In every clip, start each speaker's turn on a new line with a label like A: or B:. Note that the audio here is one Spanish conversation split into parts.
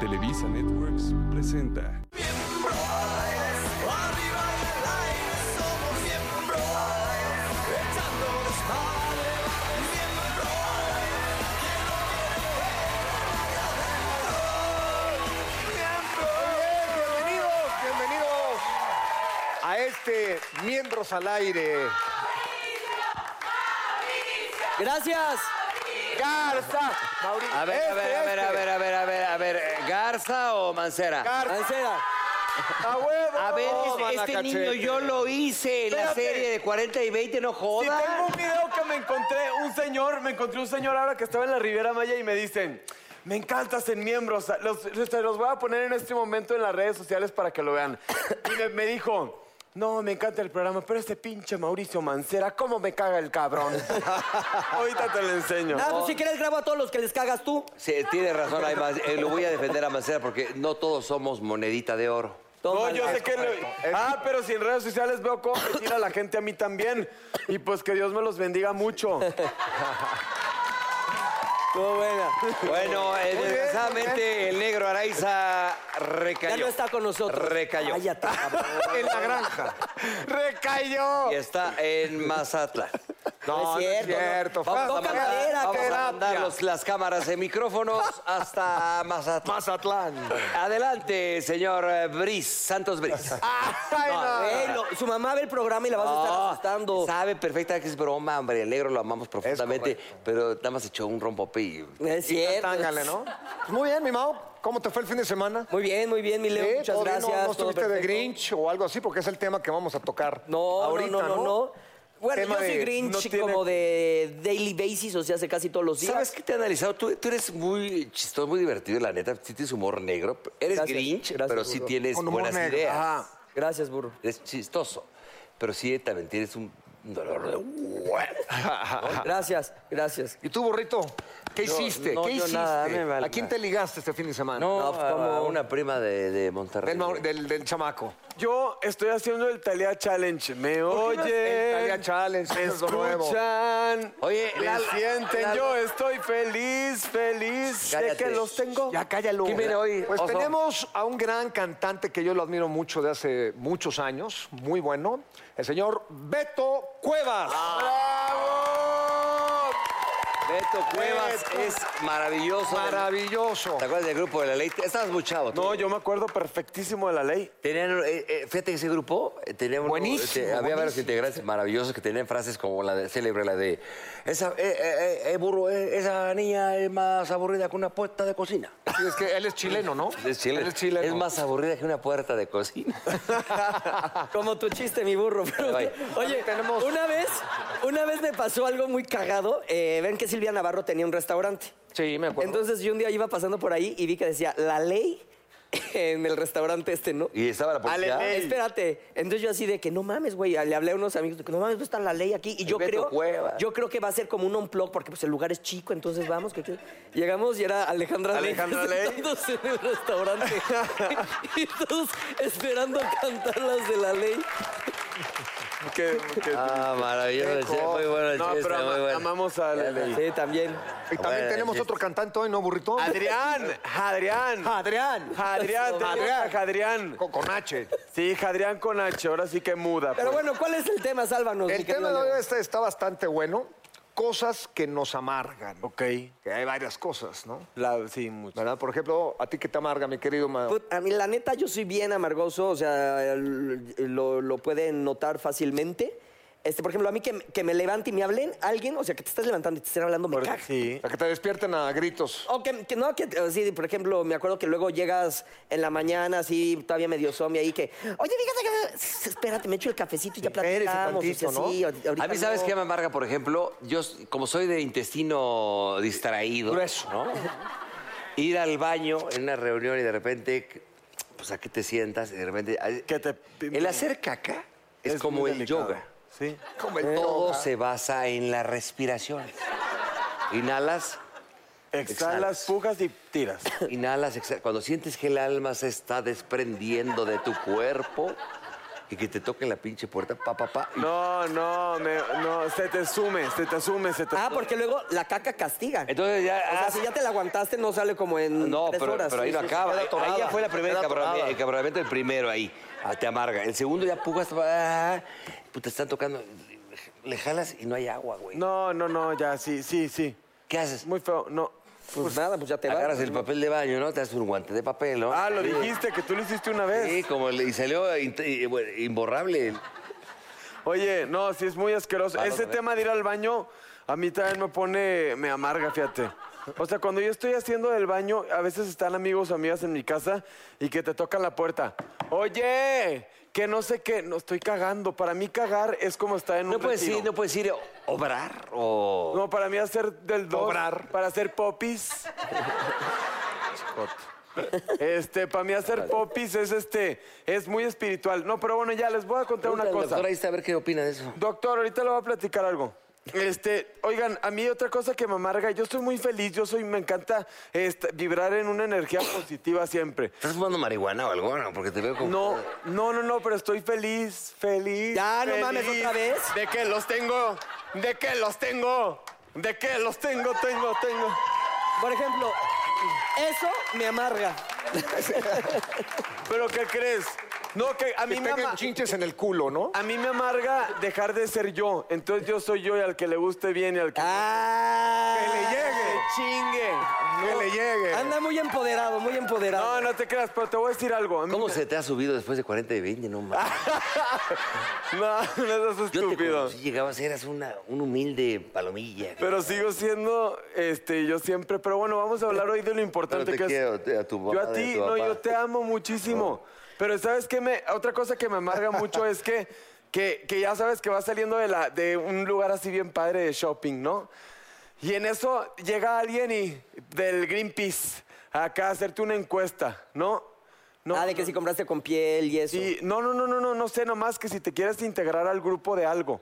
A: Televisa Networks presenta.
B: Bienvenidos, bienvenidos a este Miembros al Aire.
C: Gracias. Este,
B: Garza, Mauricio.
D: A ver, a ver, a ver,
B: este.
D: a ver, a ver, a ver, a ver, eh, ¿Garza o Mancera?
B: Garza,
C: Mancera.
B: a huevo.
D: A ver, es-
B: Toma,
D: este
B: Nacachete.
D: niño yo lo hice en la
B: Espérate.
D: serie de 40 y 20, no
E: Y
D: jodas.
E: tengo un video que me encontré un señor, me encontré un señor ahora que estaba en la Riviera Maya y me dicen, me encantas en miembros, los, te los voy a poner en este momento en las redes sociales para que lo vean. Y me, me dijo, no, me encanta el programa, pero este pinche Mauricio Mancera, ¿cómo me caga el cabrón? Ahorita te lo enseño.
C: Ah, pues si quieres grabo a todos los que les cagas tú.
D: Sí, tiene razón, hay más- eh, lo voy a defender a Mancera porque no todos somos monedita de oro.
E: No, yo sé que... lo- Ah, pero si en redes sociales veo cómo me tira la gente a mí también. Y pues que Dios me los bendiga mucho.
C: Todo buena.
D: Bueno, eh, desgraciadamente el negro Araiza recayó.
C: Ya no está con nosotros.
D: Recayó.
C: Cállate, cabrón.
B: En la granja. Recayó.
D: Y está en Mazatlán.
C: No es cierto, no.
B: cierto.
C: Vamos,
B: Fasta
C: toca
B: madera,
C: madera,
D: vamos
C: terapia.
D: a mandar los- las cámaras de micrófonos hasta Mazatlán.
B: Mazatlán.
D: Adelante, señor eh, Briz, Santos Briz.
C: Ah,
B: Ay, no. eh,
C: Güey, lo- su mamá ve el programa y la vas a
E: Ah,
C: estar asustando.
D: Ah, Sabe perfecta que es broma, hombre. El negro lo amamos profundamente, pero nada más echó un rompope y...
C: No Es cierto.
B: Tángale, ¿no? Pues muy bien, mi Mao. ¿Cómo te fue el fin de semana?
C: Muy bien, muy bien, mi Leo.
B: Sí,
C: Muchas
B: ¿todo bien?
C: gracias.
B: ¿No, no
C: todo
B: estuviste de
C: perfecto.
B: Grinch o algo así? Porque es el tema que vamos a tocar.
C: No,
B: ahorita,
C: no, no, no, no. Bueno,
B: Tema
C: yo soy
B: de-
C: Grinch
B: no tiene-
C: como de daily basis, o sea, hace casi todos los días.
D: ¿Sabes qué te he analizado? Tú, tú eres muy chistoso, muy divertido, la neta. Sí tienes humor negro. Eres
C: Gracias,
D: grinch,
C: gracias,
D: pero sí
C: Rudo.
D: tienes
B: Con humor
D: buenas
B: negro,
D: ideas.
B: ajá.
C: Gracias, burro.
D: Eres chistoso, pero sí también tienes un dolor de huevo.
C: Gracias, gracias.
B: ¿Y tú, burrito? ¿Qué
D: Yo-
B: hiciste?
D: no,
B: ¿Qué
D: yo
B: hiciste?
D: nada, me vale
B: ¿A quién te ligaste este fin de semana?
D: No,
C: pues, ¿cómo?
D: como una prima de, de Monterrey.
B: Del, Maur- del- del chamaco.
E: Yo estoy haciendo el Talia Challenge. Me
B: ¿Por qué no haces el
E: oyen.
B: Thalía Challenge?
E: Me
B: Eso es lo nuevo.
E: escuchan.
D: Oye,
E: me
D: Lalo,
E: sienten.
D: Lalo.
E: Yo estoy feliz, feliz
D: Cállate.
E: de que los tengo.
B: Ya cállalo.
D: ¿Quién viene hoy,
B: Pues
D: oso?
B: tenemos a un gran cantante que yo lo admiro mucho de hace muchos años, muy bueno, el señor Beto Cuevas.
D: Ah, Beto Cuevas es maravilloso.
B: Maravilloso.
D: ¿Te acuerdas del grupo de la ley? Estabas muy chavo. tú.
E: No, yo me acuerdo perfectísimo de la ley.
D: Tenían, eh, eh, fíjate que ese grupo eh, tenía un-
B: Buenísimo,
D: este, había varios
B: buenísimo.
D: integrantes maravillosos que tenían frases como la de, célebre, la de esa eh, eh, eh, eh, burro, eh, esa niña es más aburrida que una puerta de cocina.
B: Sí, es que él es chileno, ¿no?
D: Es chile.
B: Él es chileno.
D: Es más aburrida que una puerta de cocina.
C: Como tu chiste, mi burro. pero-
D: Bye.
C: oye,
B: También tenemos-
C: una vez, una vez me pasó algo muy cagado. Eh, Ven que Silvia Navarro tenía un restaurante.
B: Sí, me acuerdo.
C: Entonces yo un día iba pasando por ahí y vi que decía la ley en el restaurante este, ¿no?
D: y estaba la policía.
C: Ah, Espérate. Entonces yo así de que no mames, güey. Le hablé a unos amigos de que no mames, no está la ley aquí. Y yo
D: Beto
C: creo,
D: Cuevas.
C: yo creo que va a ser como un unplug porque pues el lugar es chico, entonces vamos. que- que- Llegamos y era Alejandra,
E: Alejandra Ley.
C: sentándose en el restaurante. y todos esperando cantar las de la ley.
E: Que, que-
D: Ah, maravilloso.
E: Qué
D: sí, Muy
E: cosa.
D: bueno el
E: No,
D: chiste,
E: pero ama-
D: muy bueno.
E: amamos a la ley.
C: Sí, también.
B: y también
D: Bueno,
B: tenemos
D: sí.
B: otro cantante hoy, ¿no, burrito?
E: Adrián, Adrián.
B: Adrián.
E: Adrián, te
B: Adrián.
E: digo, Adrián.
B: Con, con H.
E: Sí, Adrián con H, ahora sí que muda.
C: Pero
E: pues.
C: bueno, ¿cuál es el tema? Sálvanos. mi
B: El
C: querido
B: tema de
C: Leo.
B: hoy este está bastante bueno. cosas que nos amargan.
E: Ok.
B: Que hay varias cosas, ¿no?
E: La- sí, mucho.
B: ¿Verdad? Por ejemplo, ¿a ti qué te amarga, mi querido Ma-
E: Pues
C: Put- A mí, la neta, yo soy bien amargoso, o sea, el- lo, lo pueden notar fácilmente. Este, por ejemplo, a mí que, me- que me levante y me hablen alguien, o sea, que te estás levantando y te estén hablando, me
E: Por-
C: caga.
E: sí.
B: A que te despierten a gritos.
C: O que, que no, que así, por ejemplo, me acuerdo que luego llegas en la mañana, así, todavía medio zombie ahí, que, oye, fíjate que. Espérate, me echo el cafecito y ya
B: Espérese
C: platicamos. o sea,
B: tantito, ¿no?
C: sí, ahor- ahorita
D: A mí, ¿sabes
C: no.
D: qué me amarga, por ejemplo? Yo, s- como soy de intestino distraído,
B: Grueso.
D: ¿no? Ir al baño en una reunión y de repente, pues aquí te sientas y de repente... ay,
E: Que te-
D: El hacer caca es, como
E: muy
D: el
E: delicado.
D: yoga.
E: Sí.
B: Como el
D: Todo
B: yoga.
D: se basa en la respiración. Inhalas,
E: Exhalas,
D: Exhalas.
E: pujas y tiras.
D: Inhalas, exhalas. Cuando sientes que el alma se está desprendiendo de tu cuerpo y que te toque la pinche puerta, pa, pa, pa. y-
E: No, no, me- no, se te sume, se te sume, se te
C: Ah, porque luego la caca castiga.
D: Entonces ya.
C: o sea,
D: ah,
C: si ya te la aguantaste, no sale como en
D: No,
C: tres
D: pero,
C: horas.
D: pero ahí
C: Sí,
D: no
C: sí, sí.
D: acaba.
B: queda
D: Ahí-
B: atorada,
D: ahí ya fue la primera
B: queda
D: cabronea-
B: atorada.
D: el cabronamiento, el primero ahí. Ah, te amarga. El segundo ya pugas, ah, te están tocando. Le jalas y no hay agua, güey.
E: No, no, no, ya, sí, sí, sí.
D: ¿Qué haces?
E: Muy feo, no.
C: Pues, nada, pues ya te
D: Agarras
C: vas.
D: el papel de baño, ¿no? Te haces un guante de papel, ¿no?
E: Ah, lo
D: Sí.
E: dijiste, que tú lo hiciste una vez.
D: Sí, como le, y salió in- y, bueno, imborrable.
E: Oye, no, sí es muy asqueroso.
D: Vamos
E: Ese
D: a ver.
E: tema de ir al baño a mí también me pone, me amarga, fíjate. O sea, cuando yo estoy haciendo el baño, a veces están amigos o amigas en mi casa y que te tocan la puerta. Oye, que no sé qué, no estoy cagando. Para mí cagar es como estar en un
D: No puedes
E: retiro.
D: ir, no puedes ir a obrar o.
E: No, para mí hacer del dos,
B: Cobrar.
E: para hacer popis. Este, para mí hacer popis es este, es muy espiritual. No, pero bueno, ya les voy a contar una
D: Pregúntale al
E: cosa.
D: doctor, ahí está, a ver qué opina de eso.
E: Doctor, ahorita le voy a platicar algo. Este, oigan, a mí otra cosa que me amarga, yo estoy muy feliz, yo soy, me encanta este, vibrar en una energía positiva siempre.
D: ¿Estás fumando marihuana o algo? No, porque te veo como.
E: No, no, no, no, pero estoy feliz, feliz.
C: Ya, no mames,
E: feliz.
C: ¿otra vez?
E: ¿De que los tengo? ¿De que los tengo? ¿De que los tengo, tengo, tengo?
C: Por ejemplo, eso me amarga.
E: ¿Pero qué crees? No, que a mí
B: Que
E: me
B: peguen
E: ama-
B: chinches en el culo, ¿no?
E: A mí me amarga dejar de ser yo. Entonces yo soy yo y al que le guste bien y al que...
C: Ah.
E: ¡Que le llegue! ¡Chingue!
B: Que le llegue.
C: Anda muy empoderado, muy empoderado.
E: No, no te creas, pero te voy a decir algo. A mí
D: ¿Cómo
E: me-
D: se te ha subido después de 40 y 20? No mames.
E: No, no seas
D: Yo te
E: estúpido.
D: conocí, llegabas, eras una, un humilde palomilla.
E: Pero sigo siendo, este, yo siempre. Pero bueno, vamos a hablar hoy de lo importante
D: Pero te
E: que
D: quiero,
E: es.
D: te- a tu
E: yo
D: mamá,
E: a
D: de
E: ti,
D: tu
E: no,
D: papá. Oh.
E: yo te amo muchísimo. Pero sabes qué me, otra cosa que me amarga mucho es que, que, que ya sabes que vas saliendo de la, de un lugar así bien padre de shopping, ¿no? Y en eso llega alguien y del Greenpeace acá a hacerte una encuesta, ¿no? No,
C: ah, de que si compraste con piel y eso.
E: Sí, no, no, no, no, no, no sé, nomás que si te quieres integrar al grupo de algo.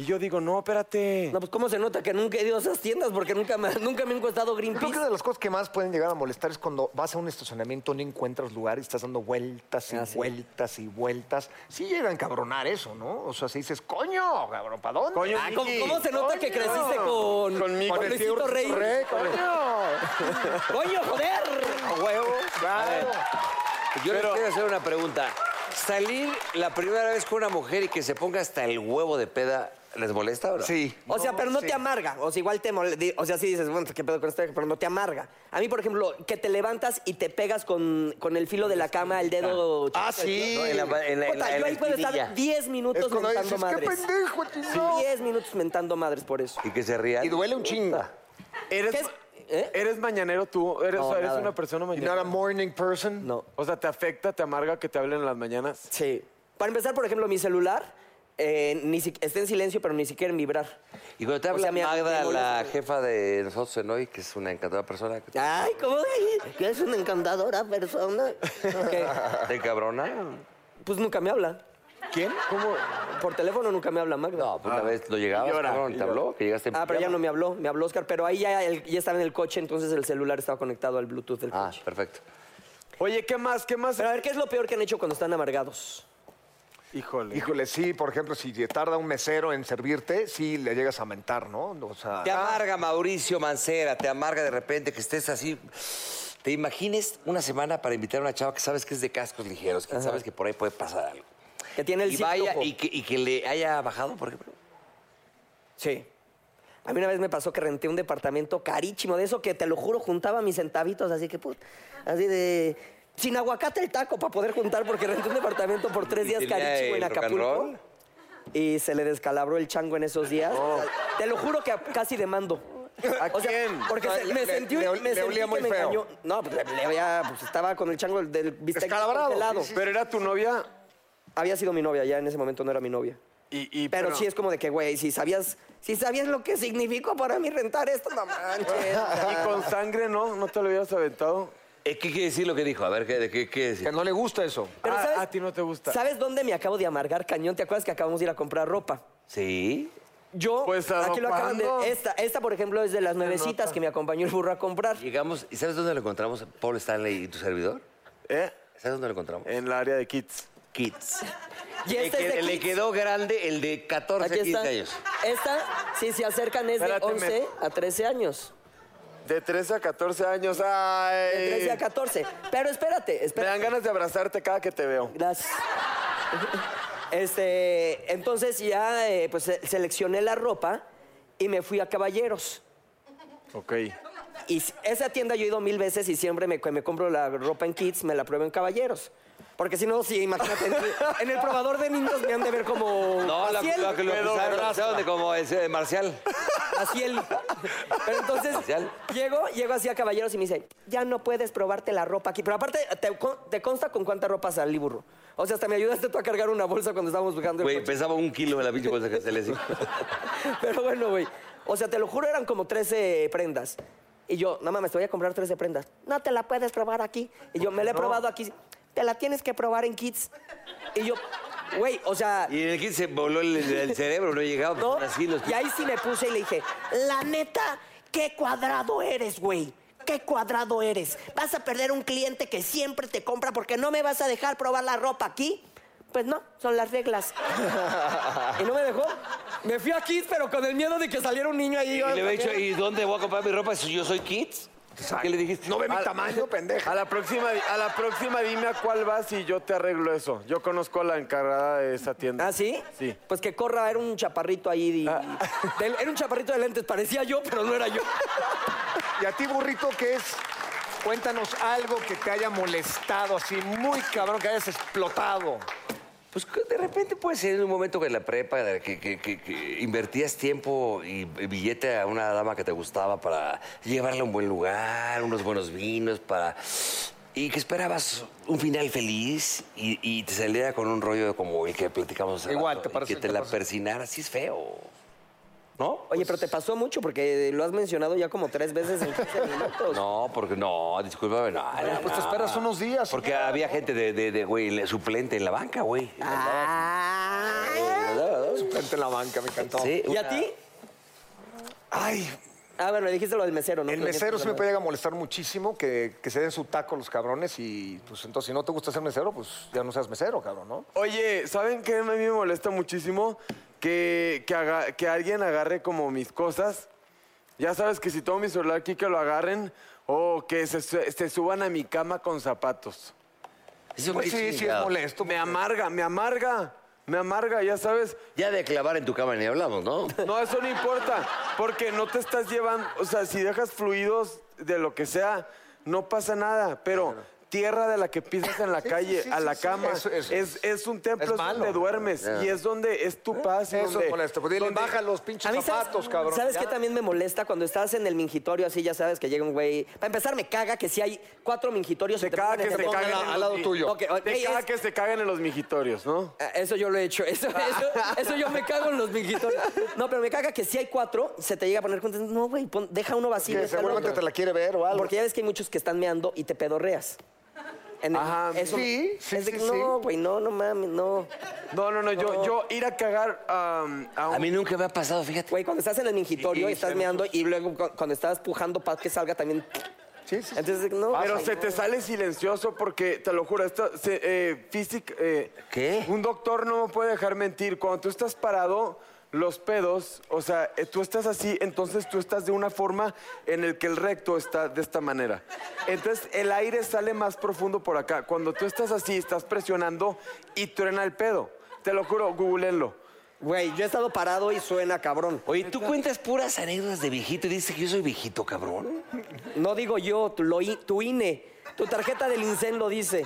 E: Y yo digo, no, espérate.
C: No, pues cómo se nota que nunca he ido a esas tiendas porque nunca me, nunca me han costado
B: Creo que una
C: Greenpeace.
B: de las cosas que más pueden llegar a molestar es cuando vas a un estacionamiento, no encuentras lugar y estás dando vueltas y
C: Ah, sí.
B: vueltas y vueltas. Sí llega a encabronar eso, ¿no? O sea, si dices, coño, cabrón, ¿para dónde?
E: Coño,
C: Ah, ¿cómo,
E: Ricky.
C: cómo se nota que
E: Coño.
C: creciste con,
E: Conmigo.
C: con
E: Con el
C: Luisito
E: tío
C: Rey?
B: Re, coño.
C: ¡Coño, joder!
B: A huevo, claro.
E: Pero-
D: Yo les quiero hacer una pregunta. Salir la primera vez con una mujer y que se ponga hasta el huevo de peda, ¿les molesta Ah, ahora?
B: Sí.
C: O sea, pero no te
B: sí.
C: amarga. O sea, igual te mol- di- O sea, sí dices, bueno, qué pedo con esto, pero no te amarga. A mí, por ejemplo, que te levantas y te pegas con, con el filo de la cama, el dedo.
B: Ah,
C: chiquito,
B: sí.
C: ¿no?
D: En la- en la- en
C: Puta,
D: la- en
C: yo
D: la
C: ahí puedo
D: espinilla.
C: estar 10 minutos
B: Es cuando
C: mentando
B: dices, qué
C: madres.
B: pendejo, no.
C: 10 minutos mentando madres por eso.
D: Y que se rían.
B: Y duele un chingo.
E: ¿Eres,
C: ¿Qué es- eh?
E: eres mañanero tú? ¿Eres,
C: No,
E: o sea, eres
C: nada.
E: una persona
B: You're not
E: mañanera?
B: a morning person.
C: No.
E: O sea, ¿te afecta, te amarga que te hablen en las mañanas?
C: Sí. Para empezar, por ejemplo, mi celular eh, ni si- está en silencio, pero ni siquiera en vibrar.
D: Y cuando te
C: O
D: habla
C: sea, me-
D: Magda,
C: me molesta.
D: la jefa de nosotros en hoy, que es una encantadora persona, que
C: Ay, ¿cómo que- que es una encantadora persona? Que,
D: ¿te cabrona?
C: pues nunca me habla.
E: ¿Quién? ¿Cómo?
C: Por teléfono nunca me habla Magda.
D: No,
B: Ah.
D: pues una vez no llegabas,
E: llora,
D: cabrón,
E: y
D: te habló, que llegaste en
C: Ah, pero ya
D: pijama.
C: no me habló, me habló Oscar, pero ahí ya, el- ya estaba en el coche, entonces el celular estaba conectado al Bluetooth del
D: Ah,
C: coche.
D: perfecto.
E: Oye, ¿qué más? ¿Qué más?
C: Pero a ver, ¿qué es lo peor que han hecho cuando están amargados?
E: Híjole.
B: Híjole, sí, por ejemplo, si te tarda un mesero en servirte, sí le llegas a mentar, ¿no? O sea,
D: Te amarga Mauricio Mancera, te amarga de repente que estés así. Te imagines una semana para invitar a una chava que sabes que es de cascos ligeros, que sabes que por ahí puede pasar algo.
C: Que tiene el
D: y
C: zip
D: vaya
C: rojo.
D: y que, y que le haya bajado, por ejemplo.
C: Sí. A mí una vez me pasó que renté un departamento carísimo de eso que te lo juro juntaba mis centavitos, así que put, así de sin aguacate el taco para poder juntar porque renté un departamento por tres
D: ¿Y
C: días
D: tenía
C: carísimo
D: el
B: eh,
C: en
D: rock and
C: Acapulco.
D: roll?
C: Y se le descalabró el chango en esos días.
B: Oh.
C: O sea, Te lo juro que casi demando.
E: ¿A
C: O sea,
E: quién?
C: Porque se-
B: Le-
C: me
B: le-
C: sentí,
B: le
C: me
B: ol- le
C: sentí
B: olía
C: que
B: muy
C: me
B: feo.
C: engañó. No, pues, le, le había- pues, estaba con el chango del bistec
B: Descalabrado,
C: congelado.
B: sí, sí,
E: Pero era tu novia
C: Había sido mi novia, ya en ese momento no era mi novia.
E: y... y-
C: Pero sí es como de que, güey, si sabías, si sabías lo que significó para mí rentar esto, no manches.
E: Y con
C: Ah.
E: sangre, ¿no? ¿No te lo habías aventado?
D: Eh, ¿Qué quiere decir lo que dijo? A ver, ¿qué, de qué quiere decir?
B: Que no le gusta eso.
C: Pero
E: Ah,
C: ¿sabes-
E: a ti no te gusta.
C: ¿Sabes dónde me acabo de amargar cañón? ¿Te acuerdas que acabamos de ir a comprar ropa?
D: Sí.
C: Yo,
E: Pues, ¿a
C: aquí lo acaban
E: cuándo?
C: de. Esta, esta, por ejemplo, es de las nuevecitas que me acompañó el burro a comprar.
D: Llegamos, ¿y sabes dónde lo encontramos, Paul Stanley y tu servidor?
E: ¿Eh?
D: ¿Sabes dónde lo encontramos?
E: En la área de kids.
D: Kids.
C: Y
D: Le,
C: esta es de
D: qued- le
C: este Kids.
D: quedó grande el de 14,
C: Aquí
D: 15
C: está.
D: años.
C: Esta, si se acercan, es
E: Espérate,
C: de
E: me-
C: 11 a 13 años.
E: De 13 a 14 años. ¡Ay!
C: De 13 a 14. Pero espérate,
E: Eh. Me
C: espérate.
E: dan ganas de abrazarte cada que te veo.
C: Gracias. Este, entonces ya eh, pues se- seleccioné la ropa y me fui a Caballeros.
E: Ok.
C: Y s- esa tienda yo he ido mil veces y siempre me, me compro la ropa en Kids, me la pruebo en Caballeros. Porque si no, sí, imagínate, en, en el probador de niños me han de ver como...
D: No, la,
C: Maciel.
D: la que lo
C: Pero-
D: acusaron, acusaron de como ese de Marcial.
C: Así él. Pero entonces
D: Marcial.
C: llego, llego así a Caballeros y me dice, ya no puedes probarte la ropa aquí. Pero aparte, te, con- te consta con cuánta ropa salí, burro. O sea, hasta me ayudaste tú a cargar una bolsa cuando estábamos buscando el
D: Güey,
C: coche.
D: pesaba un kilo en la pinche bolsa que se le hacía.
C: Pero bueno, güey. O sea, te lo juro, eran como 13 prendas. Y yo, no mames, te voy a comprar 13 prendas. No te la puedes probar aquí. Y yo, me la he probado aquí. Te la tienes que probar en Kids. Y yo, güey, o sea...
D: Y en el kit se voló el, el cerebro, no llegaba. pues,
C: ¿no?
D: son así los
C: Y ahí sí me puse y le dije, la neta, qué cuadrado eres, güey. Qué cuadrado eres. Vas a perder un cliente que siempre te compra porque no me vas a dejar probar la ropa aquí. Pues no, son las reglas. y no me dejó. Me fui aquí, pero con el miedo de que saliera un niño ahí.
D: Y le había dicho, ¿y dónde voy a comprar mi ropa si yo soy kids? ¿Qué le dijiste? Ah,
B: No ve mi
E: Al-
B: tamaño, pendeja.
E: A la próxima, di- a la próxima dime a cuál vas y yo te arreglo eso. Yo conozco a la encargada de esa tienda.
C: ¿Ah, sí?
E: Sí.
C: Pues que corra, era un chaparrito ahí. y-
D: Ah.
C: del- era un chaparrito de lentes, parecía yo, pero no era yo.
B: Y a ti, burrito, ¿qué es? Cuéntanos algo que te haya molestado, así muy cabrón, que hayas explotado.
D: Pues que de repente puede ser en un momento que en la prepa que, que- que- que invertías tiempo y billete a una dama que te gustaba para llevarla a un buen lugar, unos buenos vinos, para. Y que esperabas un final feliz y, y te saliera con un rollo como el que platicamos hace
B: Igual,
D: rato,
B: ¿te parece
D: y que te
B: que
D: la
B: pasa?
D: persinara, sí es feo. ¿No?
C: Oye, pero te pasó mucho porque lo has mencionado ya como tres veces en 15 minutos.
D: No, porque no, discúlpame, no. no,
B: pues te
D: no.
B: esperas unos días.
D: Porque había gente de, de, de, güey, le- suplente en la banca, güey.
B: Vente Ah, en la banca, me encantó.
D: Sí,
C: ¿Y a ti?
B: Ay,
C: Ah, bueno, dijiste lo del mesero, ¿no?
B: el
C: Lo dijiste
B: mesero sí me
C: lo del-
B: puede llegar a molestar muchísimo, que, que se den su taco los cabrones y pues entonces si no te gusta ser mesero, pues ya no seas mesero, cabrón, ¿no?
E: Oye, ¿saben qué a mí me molesta muchísimo? Que, que, haga- que alguien agarre como mis cosas. Ya sabes que si tengo mi celular aquí, que lo agarren o que se, su- se suban a mi cama con zapatos.
D: Eso
B: Pues
D: qué
B: sí, sí es
D: chingado.
B: molesto.
E: Me amarga, me amarga, me amarga, ya sabes.
D: Ya de clavar en tu cama ni hablamos, ¿no?
E: No, eso no importa, porque no te estás llevando, o sea, si dejas fluidos de lo que sea, no pasa nada, pero tierra de la que pisas en la
B: Sí,
E: calle,
B: sí, sí,
E: a la
B: sí,
E: cama,
B: eso- eso
E: es,
B: es-
E: es un templo,
B: es
E: es,
B: malo.
E: donde
B: Eh,
E: duermes y es donde es tu paz. y
B: Eso
E: donde-
B: es molesto. Pues dile,
E: donde-
B: baja los pinches zapatos,
C: ¿sabes,
B: cabrón.
C: ¿Sabes
B: ya.
C: qué también me molesta? Cuando estás en el mingitorio así, ya sabes que llega un güey... Para empezar, me caga que si hay cuatro mingitorios...
E: Te
C: y te
E: caga
C: ponen
E: que
C: en
E: se
C: el-
E: caguen
C: al-
E: en
C: al lado
E: los-
C: tuyo. Ok, ok,
E: Te caga
C: es-
E: que se caguen en los mijitorios, ¿no?
C: Ah, Eso yo lo he hecho. Eso, eso- eso yo me cago en los mingitorios. No, pero me caga que si hay cuatro, se te llega a poner juntos. No, güey, pon- deja uno vacío.
B: Que
C: deja el
B: seguramente
C: otro.
B: te la quiere ver o algo.
C: Porque ya ves que hay muchos que están meando y te pedorreas. En el-
E: Ajá,
B: sí, sí,
C: es de que,
B: sí, sí.
C: No, güey, no, no mames, no.
E: No, no, no, yo, yo ir a cagar am, a un...
D: A mí nunca me ha pasado, fíjate.
C: Güey, cuando estás en el mingitorio
E: Sí,
C: y estás
E: tenemos-
C: meando y luego cu- cuando estás pujando para que salga también.
B: Sí, sí, sí.
C: Entonces, no.
E: Pero
C: güey,
E: se
C: no.
E: te sale silencioso porque, te lo juro, esto, se, eh, físic- eh,
D: ¿Qué?
E: Un doctor no me puede dejar mentir. Cuando tú estás parado, los pedos, o sea, eh, tú estás así, entonces tú estás de una forma en el que el recto está de esta manera. Entonces el aire sale más profundo por acá. Cuando tú estás así, estás presionando y truena el pedo. Te lo juro, googleenlo.
C: Güey, yo he estado parado y suena cabrón.
D: Oye, tú cuentas puras anécdotas de viejito y dices que yo soy viejito, cabrón.
C: No digo yo, tu, lo i- tu INE, tu tarjeta del INSEN lo dice.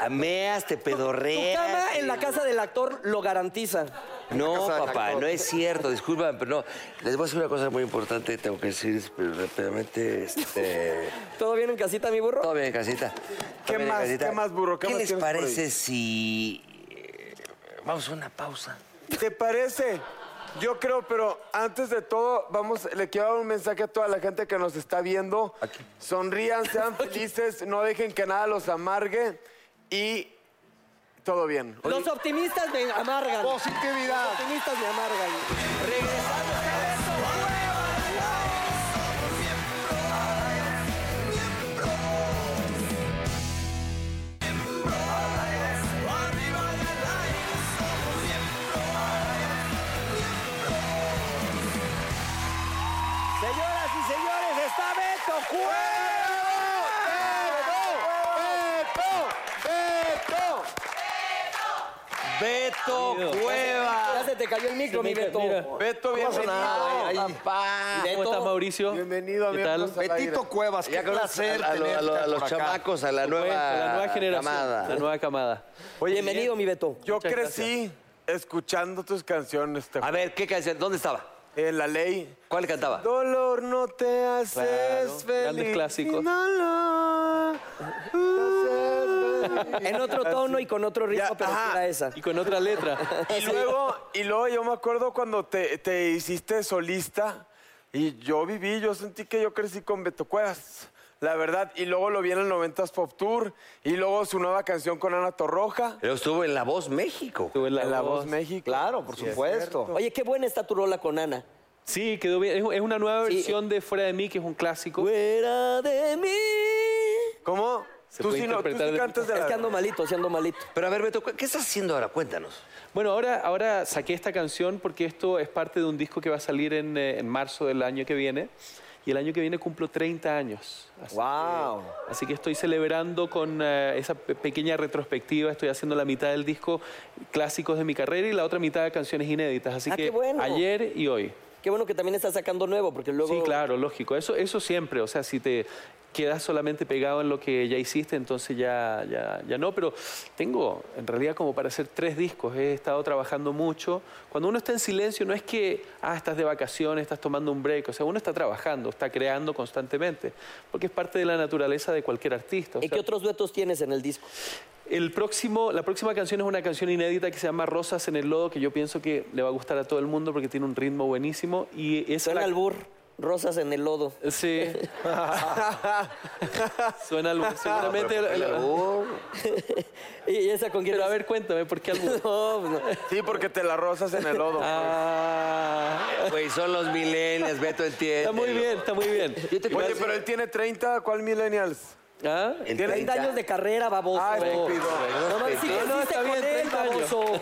D: Ameas, te
C: Tu
D: pedorreas.
C: cama en la casa del actor lo garantiza.
D: No,
B: casa del
D: papá,
B: actor.
D: no es cierto, disculpa, pero no. Les voy a decir una cosa muy importante, tengo que decir pero rápidamente. Este,
C: ¿Todo bien en casita, mi burro?
D: todo bien, casita.
E: ¿Qué
D: Todo bien,
E: más? ¿Qué más, burro? ¿Qué
D: ¿Qué
E: más
D: les
E: tienes por ahí?
D: parece si. eh, Vamos a una pausa.
E: ¿Te parece? Yo creo, pero antes de todo, vamos, le quiero dar un mensaje a toda la gente que nos está viendo. Sonrían, sean felices, no dejen que nada los amargue y todo bien.
C: Los optimistas me amargan. Los
B: Positividad.
C: optimistas me amargan. Señoras y señores, está Beto
D: Beto
C: Ya
D: Cueva.
C: se te cayó el micro, mi Beto.
E: Beto, bienvenido.
D: Papá.
C: ¿Cómo está
F: Mauricio?
E: Bienvenido a Miembros al Aire.
B: Betito Cuevas, qué
D: conoces
B: placer
D: a, a lo- a lo- a
B: tenerte
D: los
B: por acá.
D: chamacos, a la nueva,
C: Ah,
D: camada.
F: nueva camada.
C: Bienvenido, mi Beto.
E: Yo crecí escuchando tus canciones, te
D: A ver, ¿qué canción? ¿Dónde estaba?
E: eh, La Ley.
D: ¿Cuál cantaba?
E: Dolor no te haces
F: Claro,
E: feliz.
F: grandes clásicos.
E: sin dolor.
C: En otro tono y con otro ritmo,
E: Ya,
C: pero
E: ajá.
C: sí era esa.
F: Y con otra letra.
E: Y luego, y luego yo me acuerdo cuando te, te hiciste solista y yo viví, yo sentí que yo crecí con Beto Cuevas, la verdad. Y luego lo vi en el 90s Pop Tour y luego su nueva canción con Ana Torroja.
D: Pero estuvo en La Voz México.
F: Tuve
E: en La Voz México.
B: Claro, por supuesto.
C: Oye, qué buena está tu rola con Ana.
F: Sí, quedó bien. Es- Es una nueva
C: Sí.
F: versión de Fuera de mí, que es un clásico.
C: Fuera de mí.
E: ¿Cómo?
F: Se
E: Tú
F: puede
E: sí, no, tú sí
F: interpretar de-
E: cantas de
C: Es que
E: la...
C: ando malito, sí ando malito.
D: Pero a ver, Beto, ¿qué estás haciendo ahora? Cuéntanos.
F: Bueno, ahora, ahora saqué esta canción porque esto es parte de un disco que va a salir en, eh, en marzo del año que viene. Y el año que viene cumplo 30 años. Así,
C: Wow.
F: así que estoy celebrando con eh, esa pe- pequeña retrospectiva. Estoy haciendo la mitad del disco clásicos de mi carrera y la otra mitad de canciones inéditas. Así
C: Ah,
F: que
C: qué bueno.
F: ayer y hoy.
C: Qué bueno que también estás sacando nuevo, porque luego.
F: Sí, claro, lógico. Eso, eso siempre. O sea, si te quedas solamente pegado en lo que ya hiciste, entonces ya, ya, ya no. Pero tengo, en realidad, como para hacer tres discos. He estado trabajando mucho. Cuando uno está en silencio, no es que, ah, estás de vacaciones, estás tomando un break. O sea, uno está trabajando, está creando constantemente. Porque es parte de la naturaleza de cualquier artista. O
C: ¿Y
F: sea,
C: qué otros duetos tienes en el disco?
F: el próximo, la próxima canción es una canción inédita que se llama Rosas en el Lodo, que yo pienso que le va a gustar a todo el mundo porque tiene un ritmo buenísimo. Y es
C: Suena
F: la-
C: al albur, rosas en el lodo.
F: Sí. Suena algo. Seguramente.
D: Oh,
C: ¿Y esa con quién?
F: Pero a ver, cuéntame, ¿por qué algo?
C: No, pues no.
E: Sí, porque te la rozas en el lodo.
F: Ah,
D: Güey, son los millennials, Beto entiende.
F: está muy bien, está muy bien.
D: Yo te
E: Oye, pero él tiene 30, ¿cuál millennials?
F: ¿Ah,
D: En
C: 30 años de carrera, baboso.
E: Ay,
C: No,
E: estúpido.
C: no, mames, sí
F: No, no,
C: creciste
F: está bien,
C: con él,
F: 30 años.
C: baboso.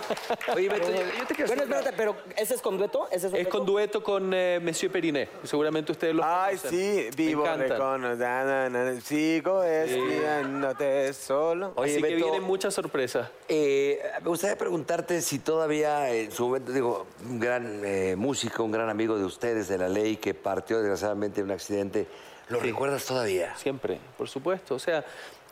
D: Oye, Beto, yo, yo te quiero
C: Bueno,
D: hacer una-
C: espérate, pero ¿ese es con dueto? ¿Ese es, un
F: Es
C: dueto?
F: con dueto con eh, Monsieur Periné. Seguramente ustedes lo
E: Ay,
F: conocen.
E: sí,
F: Me
E: vivo eh,
F: encantan.
E: recono- na, na, na, Sigo espiándote solo.
D: Oye,
F: Así que
D: Beto,
F: vienen muchas sorpresas.
D: eh, me gustaría preguntarte si todavía en su momento, digo, un gran eh, músico, un gran amigo de ustedes, de la ley, que partió desgraciadamente en un accidente, ¿lo recuerdas todavía?
F: Siempre, por supuesto. O sea,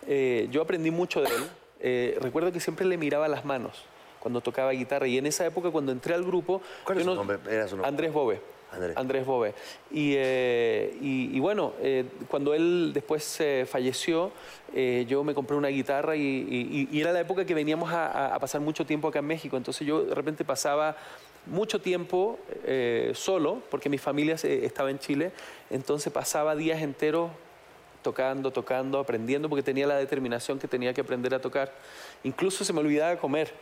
F: eh, yo aprendí mucho de él. Eh, recuerdo que siempre le miraba las manos cuando tocaba guitarra. Y en esa época, cuando entré al grupo...
D: ¿Cuál es
F: yo
D: su nombre? Era su nombre.
F: Andrés Bové.
D: Andrés.
F: Bové. Y, eh, y- y bueno, eh, cuando él después eh, falleció, eh, yo me compré una guitarra y, y- y era la época que veníamos a, a- a pasar mucho tiempo acá en México. Entonces yo de repente pasaba mucho tiempo eh, solo, porque mi familia se- estaba en Chile. Entonces pasaba días enteros tocando, tocando, aprendiendo, porque tenía la determinación que tenía que aprender a tocar. Incluso se me olvidaba comer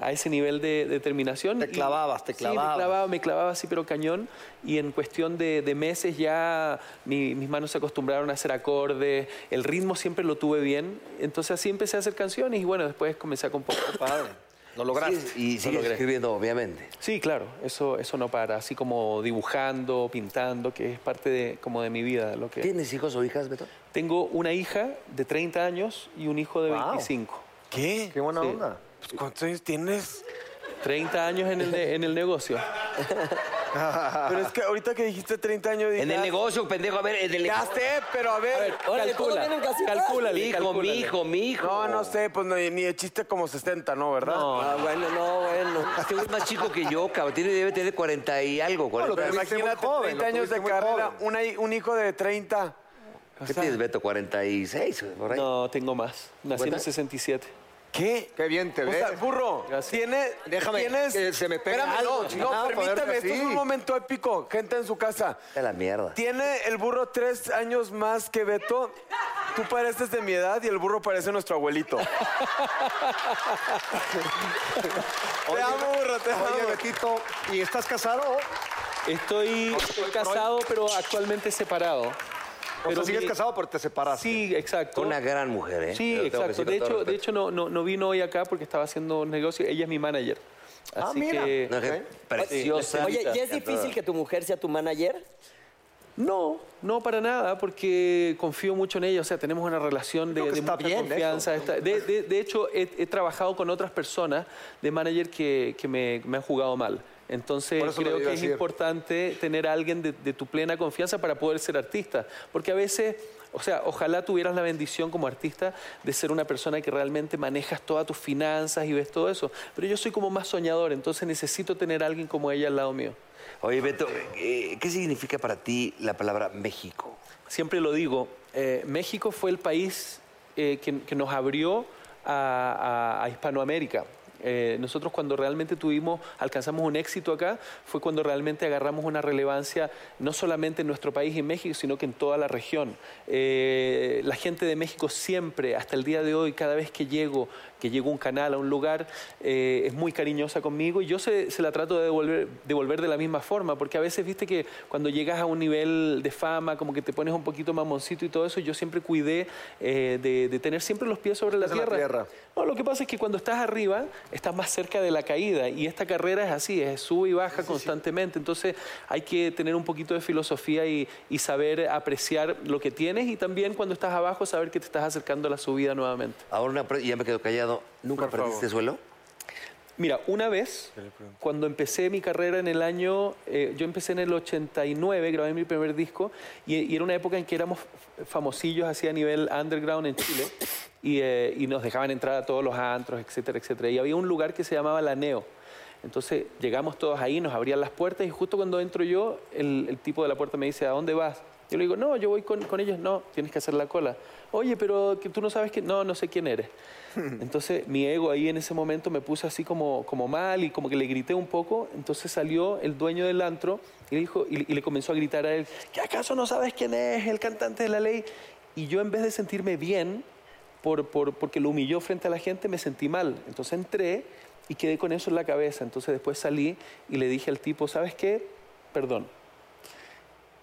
F: a ese nivel de determinación.
B: Te
F: y-
B: clavabas, te
F: Sí, me
B: clavabas.
F: clavaba, me clavaba así, pero cañón. Y en cuestión de, de meses ya mi- mis manos se acostumbraron a hacer acordes, el ritmo siempre lo tuve bien. Entonces así empecé a hacer canciones y bueno, después comencé a componer.
B: Padre, lo lograste.
D: Sí, y sigues
F: logré.
D: escribiendo, obviamente.
F: Sí, claro, eso, eso no para, así como dibujando, pintando, que es parte de, como de mi vida. Lo que...
D: ¿Tienes hijos o hijas, Beto?
F: Tengo una hija de 30 años y un hijo de
B: Wow.
F: 25.
E: ¿Qué?
B: Qué buena
F: Sí.
B: onda.
E: Pues, ¿Cuántos años tienes?
F: 30 años en el, ne- en el negocio.
E: Pero es que ahorita que dijiste 30 años... dije,
D: En el
E: ah,
D: negocio, pendejo, a ver, en el
E: Ya
D: negocio.
E: sé, pero a ver...
F: A ver,
C: Órale, ¿cómo
F: calcula,
C: vienen casi
F: calcúlale,
D: Mi hijo, mi
F: calcúlale.
D: hijo, mi hijo.
E: No, no sé, pues no, ni de chiste como 60, ¿no? ¿Verdad?
C: Ah, bueno, no, bueno.
D: Este güey es más chico que yo, cabrón. Tiene, debe tener 40 y algo. 40.
E: Pero
B: tuviste muy
E: imagínate,
B: joven,
E: 30
B: lo
E: años de
B: tuviste muy
E: carrera,
B: joven.
E: una hi- un hijo de 30.
D: ¿Qué tienes, Beto? 46, por ahí.
F: No, tengo más. Nací en el 67.
E: ¿Qué?
B: Qué bien te
E: O
B: ves.
E: sea, burro,
F: Gracias.
E: tiene,
B: Déjame
E: tienes...
B: que se me pegue
E: Espérame,
B: algo,
E: no,
B: chingado,
E: no,
B: para ver
E: permíteme,
B: que
E: esto es
B: sí.
E: un momento épico. Gente en su casa.
D: De la mierda.
E: Tiene el burro tres años más que Beto. Tú pareces de mi edad y el burro parece nuestro abuelito. te amo, burro, te amo.
B: Oye, Betito, ¿y estás casado?
F: Estoy casado, pero actualmente separado.
B: O
F: Pero
B: sea, sigues
F: mi-
B: casado porque te separaste.
F: Sí, exacto.
D: Una gran mujer, ¿eh?
F: Sí,
D: Te lo tengo que
F: exacto.
D: decir con
F: De
D: todo
F: hecho, de
D: respeto.
F: hecho no, no, no vino hoy acá porque estaba haciendo un negocio. Ella es mi manager. Así
B: mira.
F: que.
D: Una mujer
F: ¿eh?
D: preciosa.
C: Oye, ¿y es difícil que tu mujer sea tu manager?
F: No, no para nada, porque confío mucho en ella. O sea, tenemos una relación de,
B: Creo que
F: de
B: está
F: mucha
B: bien
F: confianza. Está- de, de- de hecho, he, he trabajado con otras personas de manager que, que me, me han jugado mal. Entonces,
B: Por eso lo
F: creo
B: iba a
F: que es
B: decir.
F: importante tener a alguien de, de tu plena confianza para poder ser artista. Porque a veces, o sea, ojalá tuvieras la bendición como artista de ser una persona que realmente manejas todas tus finanzas y ves todo eso. Pero yo soy como más soñador, entonces necesito tener a alguien como ella al lado mío.
D: Oye, Beto, eh, ¿qué significa para ti la palabra México?
F: siempre lo digo, eh, México fue el país eh, que, que nos abrió a, a- a Hispanoamérica. Eh, nosotros cuando realmente tuvimos, alcanzamos un éxito acá, fue cuando realmente agarramos una relevancia no solamente en nuestro país y en México, sino que en toda la región. Eh, la gente de México siempre, hasta el día de hoy, cada vez que llego, que llego a un canal, a un lugar, eh, es muy cariñosa conmigo y yo se, se la trato de devolver, devolver de la misma forma, porque a veces viste que cuando llegas a un nivel de fama, como que te pones un poquito mamoncito y todo eso, yo siempre cuidé eh, de, de tener siempre los pies sobre la
B: Pies en la
F: tierra.
B: tierra.
F: No, lo que pasa es que cuando estás arriba, estás más cerca de la caída y esta carrera es así, es sube y baja constantemente, entonces hay que tener un poquito de filosofía y, y saber apreciar lo que tienes y también cuando estás abajo saber que te estás acercando a la subida nuevamente.
D: Ahora una pre- ya me quedo callado. ¿Nunca
E: Por favor.
D: perdiste suelo?
F: Mira, una vez, cuando empecé mi carrera en el año, eh, yo empecé en el 89, grabé mi primer disco, y, y era una época en que éramos f- famosillos así a nivel underground en Chile, y, eh, y nos dejaban entrar a todos los antros, etcétera, etcétera. Y había un lugar que se llamaba La Neo. Entonces llegamos todos ahí, nos abrían las puertas, y justo cuando entro yo, el, el tipo de la puerta me dice, ¿a dónde vas? Yo le digo, no, yo voy con, con ellos, no, tienes que hacer la cola. Oye, pero que tú no sabes que, no, no sé quién eres. Entonces mi ego ahí en ese momento me puso así como, como mal y como que le grité un poco. Entonces salió el dueño del antro y le, dijo, y, y le comenzó a gritar a él, ¿que acaso no sabes quién es el cantante de la ley? Y yo en vez de sentirme bien, por, por- porque lo humilló frente a la gente, me sentí mal. Entonces entré y quedé con eso en la cabeza. Entonces después salí y le dije al tipo, ¿sabes qué? Perdón.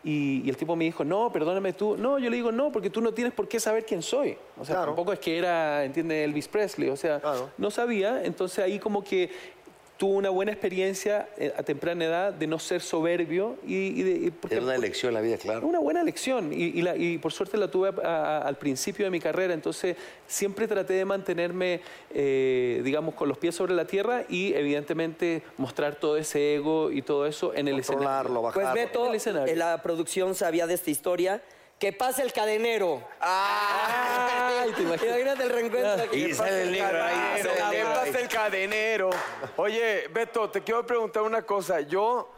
F: Y, y el tipo me dijo, no, perdóname tú. No, yo le digo, no, porque tú no tienes por qué saber quién soy. O sea,
B: Claro.
F: tampoco es que era, entiende, Elvis Presley. O sea,
B: Claro.
F: no sabía. Entonces ahí como que tuve una buena experiencia eh, a temprana edad de no ser soberbio y, y de... y porque-
D: Era una
F: porque-
D: elección en la vida, claro.
F: una buena lección y, y la- y por suerte la tuve a- a- al principio de mi carrera, entonces siempre traté de mantenerme, eh, digamos, con los pies sobre la tierra y evidentemente mostrar todo ese ego y todo eso en el
B: Controlarlo,
F: escenario.
B: bajarlo.
C: Pues Beto,
F: El escenario.
C: eh, la producción sabía de esta historia. Que pase el cadenero.
F: Ay, te imaginas.
C: Imagínate el reencuentro. aquí.
D: Y sale el negro ahí.
E: Cadenero,
D: sale el negro
E: aguantas
D: ahí.
E: el cadenero. Oye, Beto, te quiero preguntar una cosa. Yo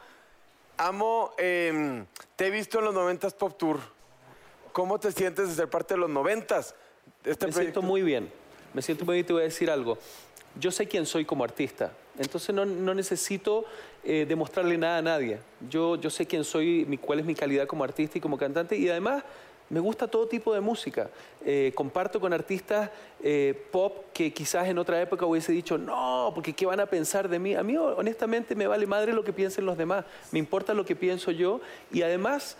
E: amo, eh, te he visto en los 90s Pop Tour. ¿Cómo te sientes de ser parte de los 90s? Este
F: Me siento muy bien, me siento muy bien y te voy a decir algo. Yo sé quién soy como artista, entonces no, no necesito eh, demostrarle nada a nadie. Yo, yo sé quién soy, mi, cuál es mi calidad como artista y como cantante y además me gusta todo tipo de música. Eh, comparto con artistas eh, pop que quizás en otra época hubiese dicho, no, porque qué van a pensar de mí. A mí honestamente me vale madre lo que piensen los demás, me importa lo que pienso yo y además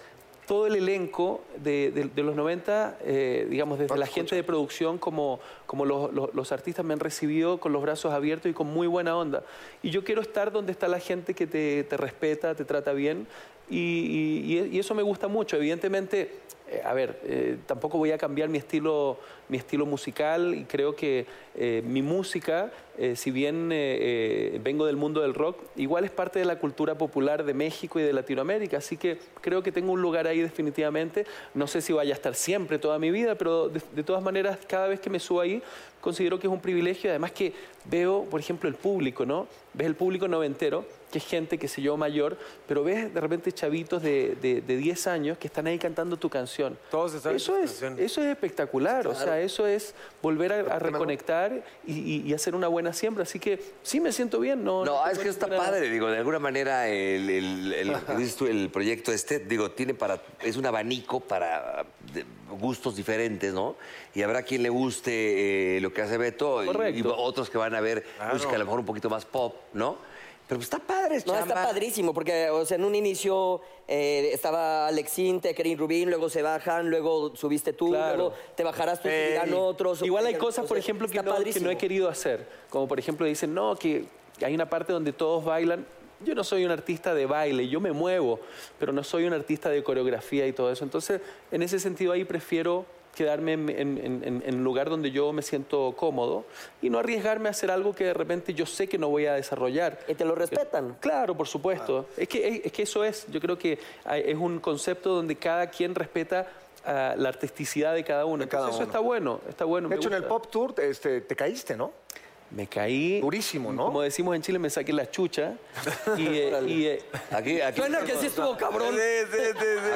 F: todo el elenco de, de- de los 90, eh, digamos, desde la gente de producción como, como los, los- los artistas me han recibido con los brazos abiertos y con muy buena onda. Y yo quiero estar donde está la gente que te, te respeta, te trata bien y, y- y- y eso me gusta mucho. Evidentemente, eh, a ver, eh, tampoco voy a cambiar mi estilo, mi estilo musical y creo que eh, mi música, eh, si bien eh, eh, vengo del mundo del rock, igual es parte de la cultura popular de México y de Latinoamérica, así que creo que tengo un lugar ahí definitivamente. No sé si vaya a estar siempre toda mi vida, pero de, de todas maneras, cada vez que me subo ahí, considero que es un privilegio. Además que veo, por ejemplo, el público, ¿no? Ves el público noventero que es gente, que sé yo, mayor, pero ves de repente chavitos de, de, de 10 años que están ahí cantando tu canción.
E: Todos se saben
F: eso
E: tus
F: es,
E: canciones.
F: Eso es espectacular, o sea, eso es volver a, a reconectar y, y- y hacer una buena siembra. Así que sí me siento bien, ¿no?
D: No,
F: te
D: es que
F: cuento
D: está
F: nada.
D: padre, digo, de alguna manera el, el- el- lo que dices tú, el proyecto este, digo, tiene para, es un abanico para de- gustos diferentes, ¿no? Y habrá quien le guste eh, lo que hace Beto y- y,
F: Correcto.
D: otros que van a ver música a lo mejor un poquito más pop, ¿no? Pero pues está padre, es
C: No, está
D: chamba.
C: padrísimo, porque o sea, en un inicio eh, estaba Alex Inte, Kerin Rubín, luego se bajan, luego subiste tú,
F: Claro.
C: luego te bajarás tú y subirán otros.
F: Eh, Igual hay
C: Entonces,
F: cosas, por ejemplo, que
C: está
F: no, que no he
C: padrísimo.
F: querido hacer. Como por ejemplo dicen, no, que hay una parte donde todos bailan. Yo no soy un artista de baile, yo me muevo, pero no soy un artista de coreografía y todo eso. Entonces, en ese sentido ahí prefiero quedarme en, en- en- en- en lugar donde yo me siento cómodo y no arriesgarme a hacer algo que de repente yo sé que no voy a desarrollar.
C: Y te lo respetan.
F: Claro, por supuesto. Es, que, es, es que eso es, yo creo que hay- es un concepto donde cada quien respeta ah, la artisticidad de cada uno.
B: De cada
F: Entonces,
B: uno.
F: eso está bueno, está bueno.
B: De
F: me
B: hecho, en el
F: gusta.
B: Pop Tour este, te caíste, ¿no?
F: Me caí.
B: Durísimo, ¿no?
F: Como decimos en Chile, me saqué la chucha. y, eh, y, eh,
D: Aquí, aquí,
C: Bueno, que sí estuvo cabrón.